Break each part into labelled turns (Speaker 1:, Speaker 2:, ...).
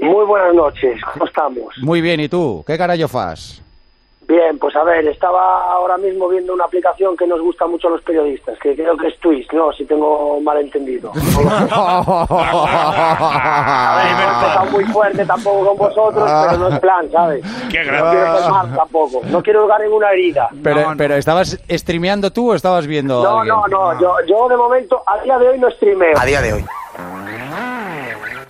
Speaker 1: Muy buenas noches, ¿cómo estamos?
Speaker 2: Muy bien, ¿y tú? ¿Qué carallo fas?
Speaker 1: Bien, pues a ver, estaba ahora mismo viendo una aplicación que nos gusta mucho a los periodistas, que creo que es Twitch, ¿no? Si tengo mal entendido. A ver, no he empezado muy fuerte tampoco con vosotros, pero no es plan, ¿sabes?
Speaker 3: Qué
Speaker 1: No quiero empezar tampoco, no quiero hurgar en una herida.
Speaker 2: pero, pero ¿estabas streameando tú o estabas viendo a
Speaker 1: No,
Speaker 2: alguien?
Speaker 1: no, no, yo, yo de momento, a día de hoy no streameo.
Speaker 4: A día de hoy.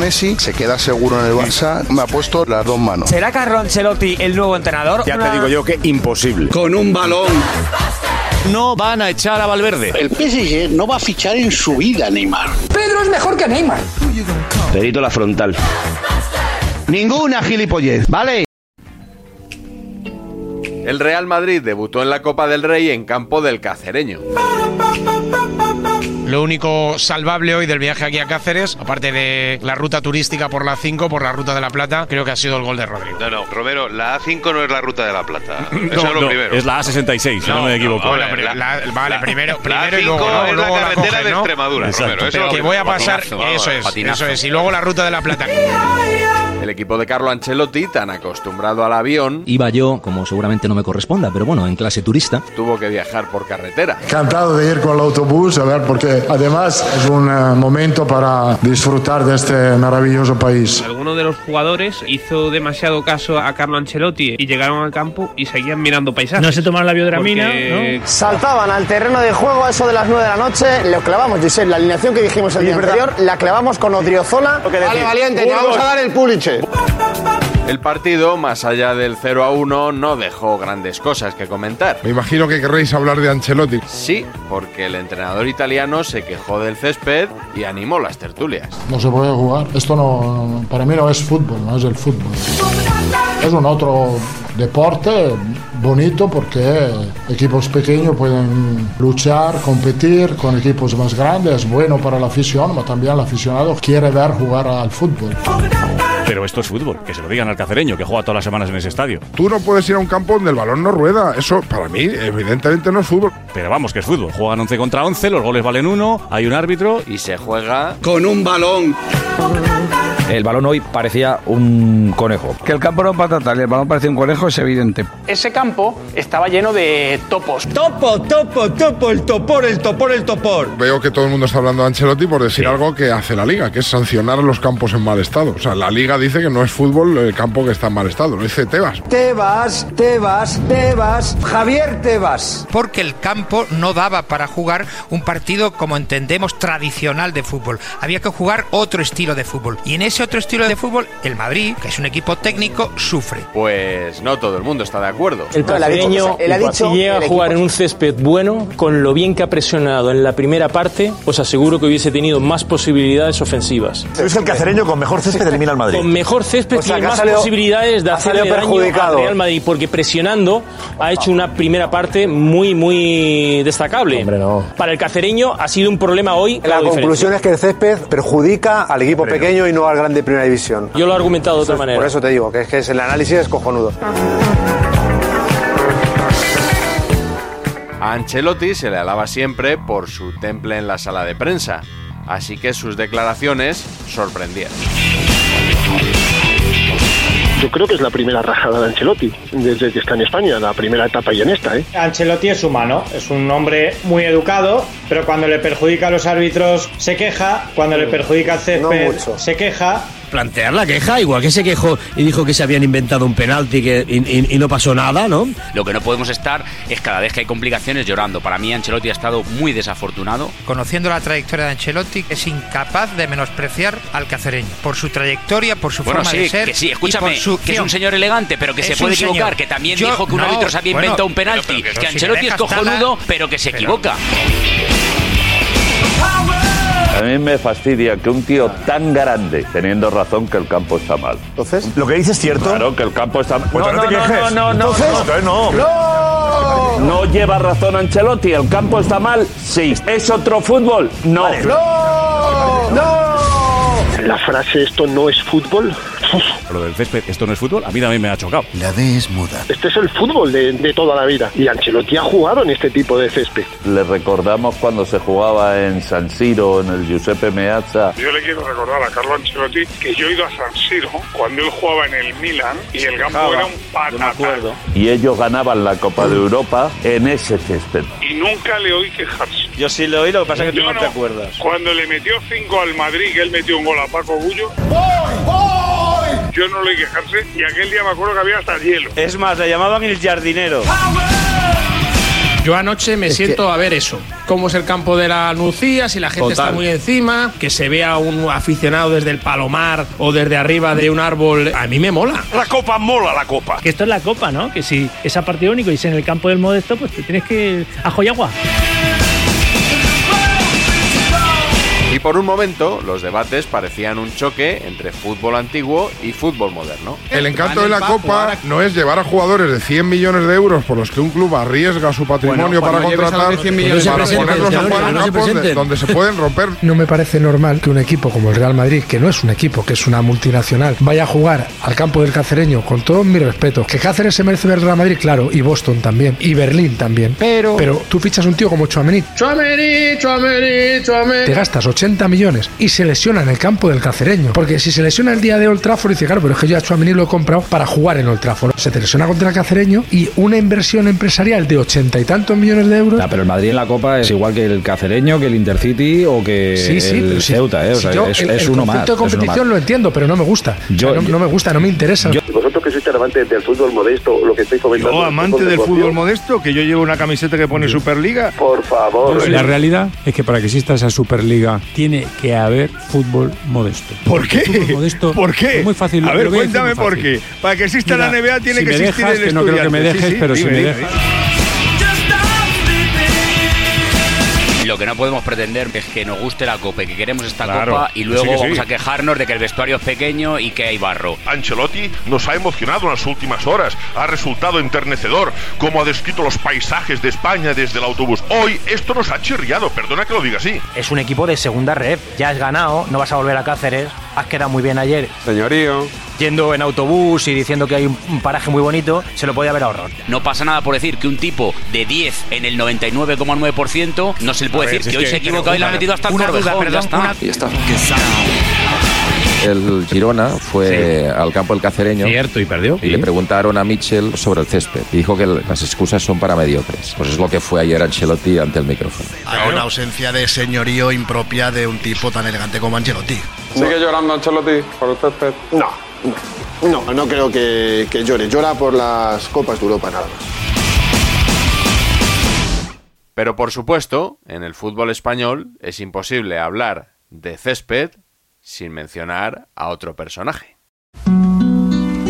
Speaker 5: Messi se queda seguro en el Barça, me ha puesto las dos manos.
Speaker 6: ¿Será Carlo Ancelotti el nuevo entrenador?
Speaker 7: Ya te digo yo que imposible.
Speaker 5: Con un balón.
Speaker 6: No van a echar a Valverde.
Speaker 8: El PSG no va a fichar en su vida Neymar.
Speaker 6: Pedro es mejor que Neymar.
Speaker 8: Perito la frontal. Ninguna gilipollez, ¿vale?
Speaker 3: El Real Madrid debutó en la Copa del Rey en campo del Cacereño.
Speaker 6: Lo único salvable hoy del viaje aquí a Cáceres, aparte de la ruta turística por la 5, por la ruta de la Plata, creo que ha sido el gol de Rodrigo.
Speaker 5: No, no, Romero, la A5 no es la ruta de la plata. Eso
Speaker 6: No,
Speaker 5: es lo
Speaker 6: no,
Speaker 5: primero.
Speaker 6: es
Speaker 5: la A66, no, me equivoco.
Speaker 6: Bueno, pero la- vale, primero, primero y
Speaker 5: A5
Speaker 6: luego, ¿no?
Speaker 5: es
Speaker 6: Luego
Speaker 5: la
Speaker 6: la
Speaker 5: carretera
Speaker 6: coges,
Speaker 5: de
Speaker 6: ¿no?
Speaker 5: Extremadura, Romero. Eso
Speaker 6: Pero
Speaker 5: es
Speaker 6: que
Speaker 5: lo
Speaker 6: voy a pasar,
Speaker 5: Patinazo,
Speaker 6: eso
Speaker 5: vamos,
Speaker 6: es,
Speaker 5: patinazo.
Speaker 6: eso es, y luego la ruta de la Plata.
Speaker 3: El equipo de Carlo Ancelotti, tan acostumbrado al avión,
Speaker 8: Iba yo, como seguramente no me corresponda, pero bueno, en clase turista.
Speaker 3: tuvo que viajar por carretera.
Speaker 5: Encantado de ir con el autobús, a ver, porque además es un eh, momento para disfrutar de este maravilloso país.
Speaker 6: Alguno de los jugadores hizo demasiado caso a Carlo Ancelotti y llegaron al campo y seguían mirando paisajes. No se tomaron la biodramina,
Speaker 1: Saltaban al terreno de juego a eso de las 9 de la noche, lo clavamos, Giselle, la alineación que dijimos el día anterior, la clavamos con Odriozola. Vale, valiente, te vamos a dar el puliche.
Speaker 3: El partido, más allá del 0 a 1, no dejó grandes cosas que comentar.
Speaker 5: Me imagino que querréis hablar de Ancelotti.
Speaker 3: Sí, porque el entrenador italiano se quejó del césped y animó las tertulias.
Speaker 5: No se puede jugar. Esto no, para mí no es fútbol, no es el fútbol. Es un otro deporte bonito porque equipos pequeños pueden luchar, competir con equipos más grandes. Es bueno para la afición, pero también el aficionado quiere ver jugar al fútbol.
Speaker 6: Pero esto es fútbol, que se lo digan al cacereño, que juega todas las semanas en ese estadio.
Speaker 5: Tú no puedes ir a un campo donde el balón no rueda. Eso para mí evidentemente no es fútbol.
Speaker 6: Pero vamos, que es fútbol. Juegan 11 contra 11, los goles valen uno, hay un árbitro.
Speaker 3: Y se juega
Speaker 6: Con un balón.
Speaker 7: El balón hoy parecía un conejo. Que el campo era un patatal y el balón parecía un conejo es evidente.
Speaker 6: Ese campo estaba lleno de topos.
Speaker 8: Topo, topo, topo, el topor, el topor, el topor.
Speaker 5: Veo que todo el mundo está hablando de Ancelotti por decir algo que hace la liga, que es sancionar a los campos en mal estado. O sea, la liga dice que no es fútbol el campo que está en mal estado. Lo dice Tebas.
Speaker 7: Tebas, Tebas, Tebas, Javier Tebas.
Speaker 6: Porque el campo no daba para jugar un partido como entendemos tradicional de fútbol. Había que jugar otro estilo de fútbol. Y en ese otro estilo de fútbol, el Madrid, que es un equipo técnico, sufre.
Speaker 3: Pues no todo el mundo está de acuerdo.
Speaker 9: El
Speaker 1: No, él ha dicho-
Speaker 9: pacereño,
Speaker 1: o sea, él ha dicho
Speaker 9: si llega
Speaker 1: el
Speaker 9: a
Speaker 1: equipo
Speaker 9: jugar en un césped bueno, con lo bien que ha presionado en la primera parte, os aseguro que hubiese tenido más posibilidades ofensivas.
Speaker 10: Es el cacereño con mejor césped elimina al Madrid.
Speaker 9: Con mejor césped
Speaker 10: O sea, que
Speaker 9: tiene
Speaker 10: ha
Speaker 9: más
Speaker 10: salido-
Speaker 9: posibilidades de
Speaker 10: ha
Speaker 9: hacerle
Speaker 10: salido
Speaker 9: daño al
Speaker 10: perjudicado.
Speaker 9: Real Madrid, porque presionando ha hecho una primera parte muy, muy destacable. Para el cacereño ha sido un problema hoy.
Speaker 11: La
Speaker 9: cada
Speaker 11: conclusión es que el césped perjudica al equipo pequeño y no al grande de primera división.
Speaker 9: Yo lo he argumentado de otra manera.
Speaker 11: Por eso te digo, que es que es- el análisis es cojonudo.
Speaker 3: A Ancelotti se le alaba siempre por su temple en la sala de prensa, así que sus declaraciones sorprendieron.
Speaker 12: Yo creo que es la primera rajada de Ancelotti desde que está en España, la primera etapa y en esta, ¿eh?
Speaker 13: Ancelotti es humano, es un hombre muy educado, pero cuando le perjudica a los árbitros se queja, cuando le perjudica al césped se queja.
Speaker 14: plantear la queja, igual que se quejó y dijo que se habían inventado un penalti que, y, y- y no pasó nada, ¿no?
Speaker 15: Lo que no podemos estar es cada vez que hay complicaciones llorando. Para mí Ancelotti ha estado muy desafortunado.
Speaker 6: Conociendo la trayectoria de Ancelotti, es incapaz de menospreciar al cacereño. Por su trayectoria, por su
Speaker 15: Bueno,
Speaker 6: forma
Speaker 15: sí,
Speaker 6: de ser.
Speaker 15: que sí,
Speaker 6: y
Speaker 15: escúchame,
Speaker 6: por su
Speaker 15: que es un
Speaker 6: acción.
Speaker 15: señor elegante, pero que se
Speaker 6: Es
Speaker 15: puede
Speaker 6: un señor.
Speaker 15: equivocar, que también
Speaker 6: Yo-
Speaker 15: dijo que un
Speaker 6: no,
Speaker 15: árbitro se había
Speaker 6: bueno,
Speaker 15: inventado un penalti,
Speaker 6: pero- pero
Speaker 15: que
Speaker 6: si
Speaker 15: Ancelotti
Speaker 6: le
Speaker 15: es
Speaker 6: dejas tala-
Speaker 15: cojonudo, pero que se equivoca.
Speaker 16: A mí me fastidia que un tío tan grande, teniendo razón que el campo está mal. Entonces, lo que dices es cierto. Claro, que el campo está mal.
Speaker 10: Pues no te quejes.
Speaker 16: no, no, no,
Speaker 10: Entonces-
Speaker 16: no, entonces no. No lleva razón Ancelotti, el campo está mal, sí. ¿Es otro fútbol? No.
Speaker 12: La frase esto no es fútbol,
Speaker 17: Lo del césped, esto no es fútbol, a mí también me ha chocado. La D es muda.
Speaker 12: este es el fútbol de, de toda la vida. Y Ancelotti ha jugado en este tipo de césped.
Speaker 16: Le recordamos cuando se jugaba en San Siro, en el Giuseppe Meazza.
Speaker 18: Yo le quiero recordar a Carlo Ancelotti que yo he ido a San Siro cuando él jugaba en el Milan y el campo era un patatán.
Speaker 16: Y ellos ganaban la Copa de Europa en ese césped.
Speaker 18: Y nunca le oí quejarse.
Speaker 16: Yo sí lo oí, lo que pasa
Speaker 18: Yo no. Cuando le metió 5 al Madrid, que él metió un gol a Paco Gullo. Yo no le oí quejarse y aquel día me acuerdo que había hasta hielo.
Speaker 19: Es más, le llamaban el jardinero.
Speaker 20: Yo anoche me siento a ver eso, cómo es el campo de la Nucía, si la gente está
Speaker 19: Total.
Speaker 20: muy encima, que se vea un aficionado desde el palomar o desde arriba de un árbol, a mí me mola.
Speaker 21: La copa mola la copa. Que esto es la copa, ¿no? Que si es a partido único y es en el campo del modesto, pues te tienes que ajo y agua.
Speaker 3: Y por un momento, los debates parecían un choque entre fútbol antiguo y fútbol moderno.
Speaker 22: El encanto de la Copa no es llevar a jugadores de 100 millones de euros por los que un club arriesga su patrimonio
Speaker 23: Bueno,
Speaker 22: para
Speaker 23: cuando lleves a los
Speaker 22: contratar,
Speaker 23: de 100 millones,
Speaker 22: para
Speaker 23: no se presenten,
Speaker 22: ponerlos a jugar en
Speaker 23: no se
Speaker 22: campos de-
Speaker 23: presenten.
Speaker 22: donde se pueden romper.
Speaker 23: No me parece normal que un equipo como el Real Madrid, que no es un equipo, que es una multinacional, vaya a jugar al campo del Cacereño con todo mi respeto. Que Cáceres se merece ver el Real Madrid, claro, y Boston también, y Berlín también. Pero, pero tú fichas un tío como Chouameni,
Speaker 20: Chuamení, chuamení, chuamení.
Speaker 23: te gastas 80 millones y se lesiona en el campo del Cacereño. Porque si se lesiona el día de Old Trafford, dice, claro, pero es que yo a Chouameni lo he comprado para jugar en Old Trafford. Se te lesiona contra el Cacereño y una inversión empresarial de ochenta y tantos millones de euros.
Speaker 24: Pero el Madrid en la Copa es igual que el Cacereño, que el Intercity o que
Speaker 23: Sí, sí, pero
Speaker 24: el
Speaker 23: si-
Speaker 24: Ceuta. ¿eh? O
Speaker 23: si
Speaker 24: sea,
Speaker 23: yo
Speaker 24: es,
Speaker 23: el-
Speaker 24: es
Speaker 23: el
Speaker 24: uno más. Mm.
Speaker 23: concepto de
Speaker 24: es uno más.
Speaker 23: competición lo entiendo, pero no me gusta. O sea,
Speaker 24: Yo-
Speaker 23: no, no me gusta, no me interesa.
Speaker 12: Vosotros que sois amantes del fútbol modesto, lo que estoy comentando...
Speaker 25: Yo,
Speaker 12: es
Speaker 25: amante del
Speaker 12: deportivo.
Speaker 25: fútbol modesto, que yo llevo una camiseta que pone Superliga.
Speaker 12: Por favor.
Speaker 25: La
Speaker 26: realidad es que para que exista esa Superliga tiene que haber fútbol modesto.
Speaker 25: ¿Por qué? ¿Por qué?
Speaker 26: es muy fácil,
Speaker 25: A
Speaker 26: lo
Speaker 25: ver,
Speaker 26: voy decir
Speaker 25: cuéntame
Speaker 26: muy
Speaker 25: por
Speaker 26: fácil.
Speaker 25: qué. Para que exista
Speaker 26: Mira,
Speaker 25: la NBA tiene
Speaker 26: si
Speaker 25: que
Speaker 26: me
Speaker 25: existir
Speaker 26: dejas,
Speaker 25: el
Speaker 26: que no creo que me
Speaker 25: Estudiantes.
Speaker 26: dejes,
Speaker 25: Sí, sí,
Speaker 26: pero si
Speaker 25: dime,
Speaker 26: me
Speaker 25: dime.
Speaker 26: dejas.
Speaker 15: Lo que no podemos pretender es que nos guste la copa y que queremos esta
Speaker 27: Claro,
Speaker 15: copa y
Speaker 27: que
Speaker 15: luego
Speaker 27: sí, que sí.
Speaker 15: vamos a quejarnos de que el vestuario es pequeño y que hay barro.
Speaker 27: Ancelotti nos ha emocionado en las últimas horas, ha resultado enternecedor, como ha descrito los paisajes de España desde el autobús. Hoy esto nos ha chirriado, perdona que lo diga así.
Speaker 28: Es un equipo de segunda red. Ya has ganado, no vas a volver a Cáceres. Has quedado muy bien ayer. Señorío. Yendo en autobús y diciendo que hay un un paraje muy bonito, se lo podía haber ahorrado.
Speaker 15: No pasa nada por decir que un tipo de 10 en el 99,9% no se le puede
Speaker 4: A ver,
Speaker 15: decir
Speaker 4: si
Speaker 15: que
Speaker 4: es
Speaker 15: hoy
Speaker 4: que-
Speaker 15: se ha equivocado y le ha
Speaker 4: una-
Speaker 15: metido hasta el
Speaker 4: una duda,
Speaker 15: Corvejón. ya
Speaker 4: perdón,
Speaker 15: está.
Speaker 4: una-
Speaker 27: Y ya está. El Girona fue al campo del Cacereño. Cierto, y perdió. Y le preguntaron a Mitchell sobre el césped. Y dijo que las excusas son para mediocres. Pues es lo que fue ayer Ancelotti ante el micrófono.
Speaker 28: a una ausencia de señorío impropia de un tipo tan elegante como Ancelotti.
Speaker 29: ¿Sigue llorando Ancelotti por el césped? No, no, no, no creo que, que llore. Llora por las Copas de Europa nada más.
Speaker 3: Pero por supuesto, en el fútbol español es imposible hablar de césped sin mencionar a otro personaje.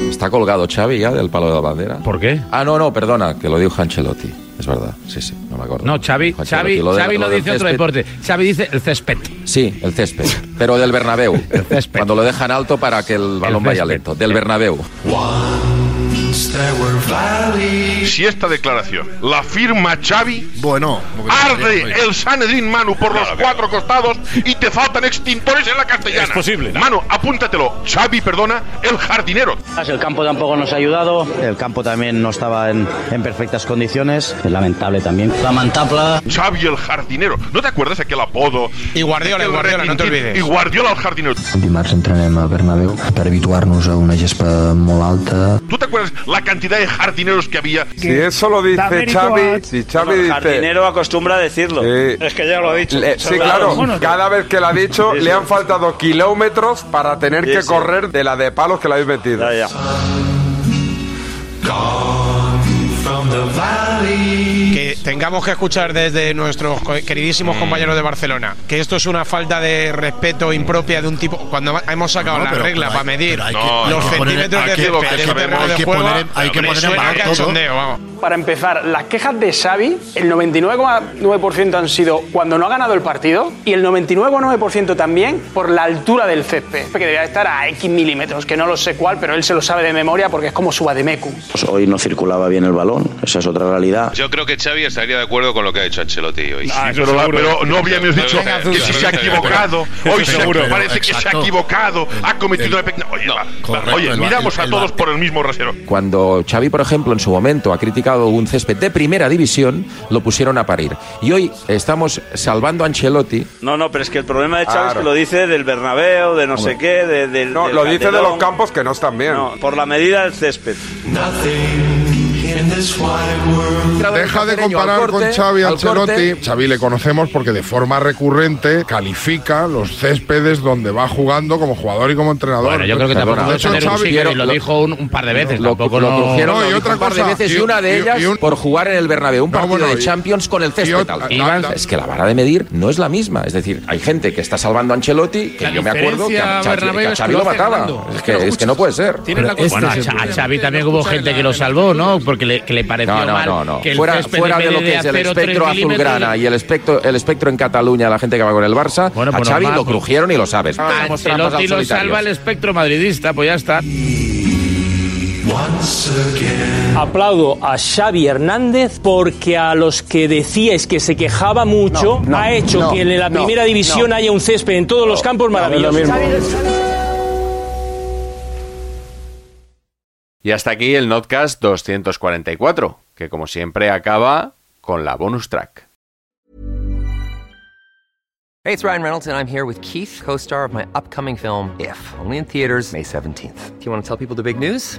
Speaker 27: Está colgado Xavi ya del palo de la bandera. ¿Por qué? Ah, no, no, perdona, que lo dijo Ancelotti. Es verdad, sí, sí, no me acuerdo.
Speaker 30: No, Xavi,
Speaker 27: Juan
Speaker 30: Xavi,
Speaker 27: Ancelotti, lo de-
Speaker 30: Xavi
Speaker 27: lo
Speaker 30: no
Speaker 27: del
Speaker 30: dice otro
Speaker 27: césped.
Speaker 30: deporte. Xavi dice el césped.
Speaker 27: Sí, el césped, pero del Bernabéu. Cuando lo dejan alto para que el balón vaya lento. Del Bernabéu.
Speaker 31: Si esta declaración la firma Xavi,
Speaker 22: Bueno,
Speaker 31: arde el Sanedrín Manu por los cuatro costados y te faltan extintores en la castellana. Es posible. Manu, apúntatelo. Xavi, perdona, el jardinero.
Speaker 2: El campo tampoco nos ha ayudado. El campo también no estaba en, en perfectas condiciones. Lamentable también. Lamentable.
Speaker 31: Xavi el jardinero. ¿No te acuerdas aquel apodo? Y Guardiola,
Speaker 1: i Guardiola, no t'olvides.
Speaker 31: Y Guardiola el jardinero.
Speaker 1: Dimarts entrenem a Bernabéu per habituar-nos a una gespa molt alta.
Speaker 31: ¿Tú te acuerdas la cantidad de jardineros que había?
Speaker 1: Si eso lo dice Da mérito Xavi, a-
Speaker 31: si
Speaker 1: Xavi
Speaker 31: dice...
Speaker 1: jardinero acostumbra a decirlo.
Speaker 31: Es que ya lo ha dicho.
Speaker 1: Le-
Speaker 31: Se
Speaker 1: sí,
Speaker 31: lo ha
Speaker 1: claro.
Speaker 31: dado. Bueno,
Speaker 1: Cada vez que la ha dicho,
Speaker 31: Sí, sí.
Speaker 1: le han faltado kilómetros para tener
Speaker 31: Sí,
Speaker 1: que
Speaker 31: sí.
Speaker 1: correr de la de palos que le habéis metido. Que tengamos que escuchar desde nuestros co-
Speaker 5: Mm.
Speaker 1: queridísimos compañeros de Barcelona que esto es una falta de respeto impropia de un tipo cuando ma- hemos sacado
Speaker 5: No,
Speaker 1: la
Speaker 5: pero-
Speaker 1: regla
Speaker 5: pero hay-
Speaker 1: para medir
Speaker 5: pero hay
Speaker 1: los
Speaker 5: que- hay que poner-
Speaker 1: centímetros
Speaker 5: hay
Speaker 1: de
Speaker 5: que-
Speaker 1: césped
Speaker 5: hay
Speaker 1: de
Speaker 5: que
Speaker 1: un terreno
Speaker 5: poner-
Speaker 1: de
Speaker 5: hay que
Speaker 1: juego,
Speaker 5: poner- hay que
Speaker 1: me
Speaker 5: poner en
Speaker 1: suena
Speaker 5: valor todo.
Speaker 1: cachondeo, vamos.
Speaker 7: Para empezar, las quejas de Xavi, el 99,9% han sido cuando no ha ganado el partido y el 99,9% también por la altura del césped, que debería estar a X milímetros, que no lo sé cuál, pero él se lo sabe de memoria porque es como su Ademecu.
Speaker 2: Pues hoy no circulaba bien el balón. Esa es otra realidad.
Speaker 8: Yo creo que Xavi estaría de acuerdo con lo que ha hecho Ancelotti hoy.
Speaker 31: Sí, pero, la- Ah, pero no habíamos dicho que si se ha equivocado, hoy se,
Speaker 8: seguro.
Speaker 31: parece que se ha equivocado, ha cometido una pequeña... Oye, va, va,
Speaker 8: correcto,
Speaker 31: oye,
Speaker 8: el va-
Speaker 31: miramos
Speaker 8: el-
Speaker 31: a
Speaker 8: el
Speaker 31: todos por el mismo rasero.
Speaker 27: Cuando Xavi, por ejemplo, en su momento ha criticado un césped de primera división, lo pusieron a parir. Y hoy estamos salvando a Ancelotti.
Speaker 19: No, no, pero es que el problema de Chávez
Speaker 27: Claro.
Speaker 19: que lo dice del Bernabéu, de no
Speaker 27: Hombre.
Speaker 19: sé qué, de, del.
Speaker 1: No,
Speaker 19: del
Speaker 1: lo dice de
Speaker 19: Calderón.
Speaker 1: los campos que no están bien.
Speaker 19: No, por la medida del césped.
Speaker 22: Deja de comparar con Xavi Ancelotti. Xavi le conocemos porque de forma recurrente califica los céspedes donde va jugando como jugador y como entrenador.
Speaker 30: Bueno, yo creo que tampoco
Speaker 22: De
Speaker 30: puede
Speaker 22: hecho,
Speaker 30: tener un
Speaker 22: Xavi-
Speaker 30: sitio y lo dijo un, un par de veces. tampoco
Speaker 27: Lo
Speaker 30: no-
Speaker 27: crujieron lo dijo un par de veces y, una de ellas por jugar en el Bernabéu, un partido
Speaker 30: bueno,
Speaker 27: de
Speaker 30: y-
Speaker 27: Champions con el
Speaker 30: y
Speaker 27: césped.
Speaker 30: otra-
Speaker 27: alto.
Speaker 30: y van-
Speaker 27: es que la vara de medir no es la misma. Es decir, hay gente que está salvando a Ancelotti, que yo me acuerdo que a,
Speaker 30: diferencia,
Speaker 27: Xavi-
Speaker 30: Bernabéu,
Speaker 27: que a
Speaker 30: es
Speaker 27: Xavi
Speaker 30: que
Speaker 27: lo
Speaker 30: lo hace
Speaker 27: mataba.
Speaker 30: Hernando.
Speaker 27: Es que, es que no puede ser.
Speaker 30: Pero bueno, a, Cha- a Xavi también hubo gente que lo salvó, ¿no? Porque le, que le pareció
Speaker 27: No, no,
Speaker 30: mal
Speaker 27: no, no.
Speaker 30: que el
Speaker 27: Fuera,
Speaker 30: césped,
Speaker 27: fuera
Speaker 30: en
Speaker 27: de
Speaker 30: vez
Speaker 27: lo que es el
Speaker 30: 0,3
Speaker 27: espectro
Speaker 30: milímetros,
Speaker 27: azulgrana y el espectro, el espectro en Cataluña, la gente que va con el Barça, a
Speaker 30: pues
Speaker 27: Xavi
Speaker 30: normal,
Speaker 27: lo
Speaker 30: pues.
Speaker 27: crujieron y lo sabes. Somos trampas
Speaker 30: Ancelotti
Speaker 27: al
Speaker 30: lo
Speaker 27: solitario.
Speaker 30: salva el espectro madridista, pues ya está.
Speaker 9: Aplaudo a Xavi Hernández porque a los que decíais que se quejaba mucho No, no, ha hecho no, que en la no, primera división no. haya un césped en todos los campos maravilloso.
Speaker 3: Y hasta aquí el Notcast 244, que como siempre acaba con la bonus track.
Speaker 4: Hey, it's Ryan Reynolds, and I'm here with Keith, co star of my upcoming film, If, only in theaters, May 17th. Do you want to tell people the big news?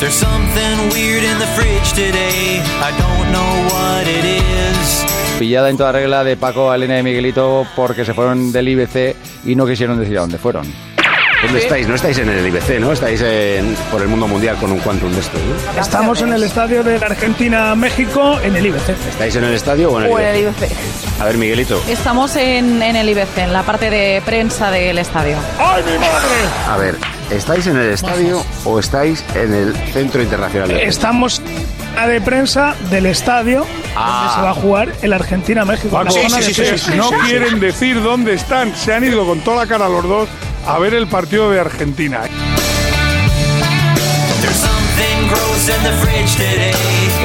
Speaker 13: There's something weird in the fridge today. I don't know what it is.
Speaker 9: Pillada en toda regla de Paco, Elena y Miguelito porque se fueron del IBC y no quisieron decir a dónde fueron.
Speaker 14: ¿Dónde estáis? No estáis en el IBC, ¿no? Estáis en- por el mundo mundial con un quantum de esto, ¿no?
Speaker 9: Estamos en el estadio de la Argentina-México en el IBC.
Speaker 14: ¿Estáis en el estadio o en el
Speaker 32: O en el
Speaker 14: IBC?
Speaker 32: IBC.
Speaker 14: A ver, Miguelito.
Speaker 32: Estamos en, en el IBC, en la parte de prensa del estadio.
Speaker 13: ¡Ay, mi madre!
Speaker 14: A ver, ¿estáis en el estadio o estáis en el Centro Internacional de
Speaker 9: Estamos a de prensa del estadio
Speaker 14: Ah.
Speaker 9: donde se va a jugar el Argentina-México. La zona de prensa.
Speaker 25: No quieren decir dónde están. Se han ido con toda la cara los dos a ver el partido de Argentina.
Speaker 13: There's something gross in the fridge today.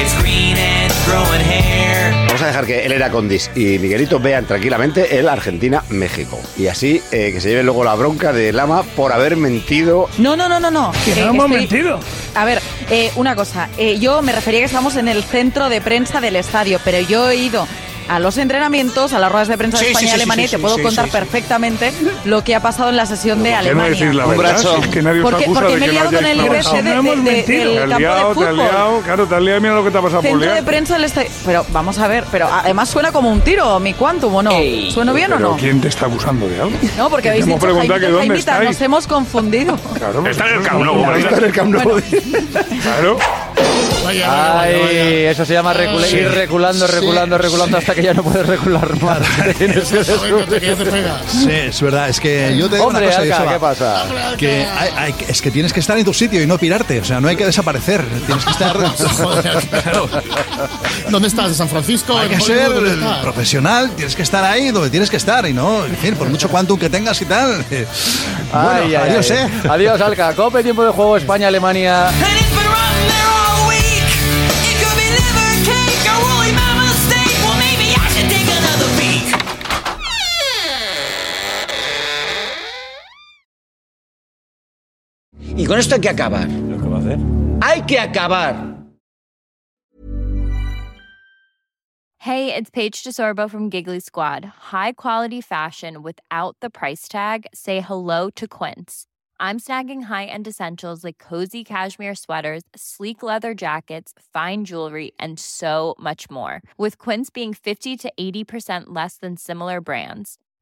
Speaker 13: It's green and growing hair.
Speaker 14: Vamos a dejar que él era Condis y Miguelito vean tranquilamente el Argentina-México. Y así eh, que se lleve luego la bronca de Lama por haber mentido.
Speaker 32: No, no, no, no, no.
Speaker 9: Que no
Speaker 32: Eh,
Speaker 9: hemos
Speaker 32: estoy-
Speaker 9: mentido.
Speaker 32: A ver, eh, una cosa. eh, yo me refería que estamos en el centro de prensa del estadio, pero yo he ido a los entrenamientos, a las ruedas de prensa de
Speaker 2: Sí, sí,
Speaker 32: España
Speaker 2: sí,
Speaker 32: y
Speaker 2: sí,
Speaker 32: Alemania,
Speaker 2: sí,
Speaker 32: y te puedo
Speaker 2: sí,
Speaker 32: contar
Speaker 2: sí, sí.
Speaker 32: perfectamente lo que ha pasado en la sesión de
Speaker 25: ¿Qué no
Speaker 32: Alemania.
Speaker 25: decir la verdad? Si es que nadie os
Speaker 32: porque
Speaker 25: acusa
Speaker 32: porque
Speaker 25: de que
Speaker 32: me he
Speaker 25: no
Speaker 32: liado con
Speaker 25: hayáis
Speaker 32: el IBC
Speaker 25: trabajado.
Speaker 32: de- de- de- del
Speaker 25: Te has
Speaker 32: campo
Speaker 25: liado,
Speaker 32: de
Speaker 25: te has
Speaker 32: fútbol.
Speaker 25: liado, claro, te has liado, mira lo que te ha pasado por
Speaker 32: Centro de
Speaker 25: liar.
Speaker 32: prensa del este- Pero vamos a ver, pero además suena como un tiro, mi quantum, ¿o no? ¿Suena bien o
Speaker 25: Pero
Speaker 32: no?
Speaker 25: ¿quién te está acusando de algo?
Speaker 32: No, porque habéis
Speaker 25: Te hemos
Speaker 32: dicho
Speaker 25: preguntado que
Speaker 32: Jaimito,
Speaker 25: dónde
Speaker 32: Jaimita,
Speaker 25: estáis.
Speaker 32: nos hemos confundido.
Speaker 25: Claro,
Speaker 33: Está en el Camp
Speaker 25: ¿cómo
Speaker 33: Nou,
Speaker 25: vais a estar en el Camp Nou? Claro.
Speaker 27: Ay, eso se llama recula-
Speaker 6: Sí.
Speaker 27: ir reculando,
Speaker 6: Sí,
Speaker 27: reculando, reculando hasta que ya no puedes recular más. Tienes que
Speaker 6: Sí, es verdad, es que yo te digo
Speaker 27: Hombre,
Speaker 6: una cosa,
Speaker 27: Alca,
Speaker 6: Joseba,
Speaker 27: ¿qué pasa?
Speaker 6: Que hay- hay que- es que tienes que estar en tu sitio y no pirarte, o sea, no hay que desaparecer, tienes que estar... Claro,
Speaker 12: ¿Dónde estás? ¿En San Francisco?
Speaker 6: hay
Speaker 12: ¿En
Speaker 6: que ser
Speaker 12: Hollywood? ¿Dónde estás?
Speaker 6: profesional, tienes que estar ahí donde tienes que estar y no, en fin, por mucho cuantum que tengas y tal. Bueno,
Speaker 27: Ay, ay,
Speaker 6: adiós,
Speaker 27: ay.
Speaker 6: ¿eh?
Speaker 27: Adiós, Alca. Cope, tiempo de juego, España-Alemania.
Speaker 30: Y con esto hay que acabar. Hay que acabar.
Speaker 18: Hey, it's Paige DeSorbo from Giggly Squad. High quality fashion without the price tag. Say hello to Quince. I'm snagging high-end essentials like cozy cashmere sweaters, sleek leather jackets, fine jewelry, and so much more. With Quince being 50 to 80% less than similar brands.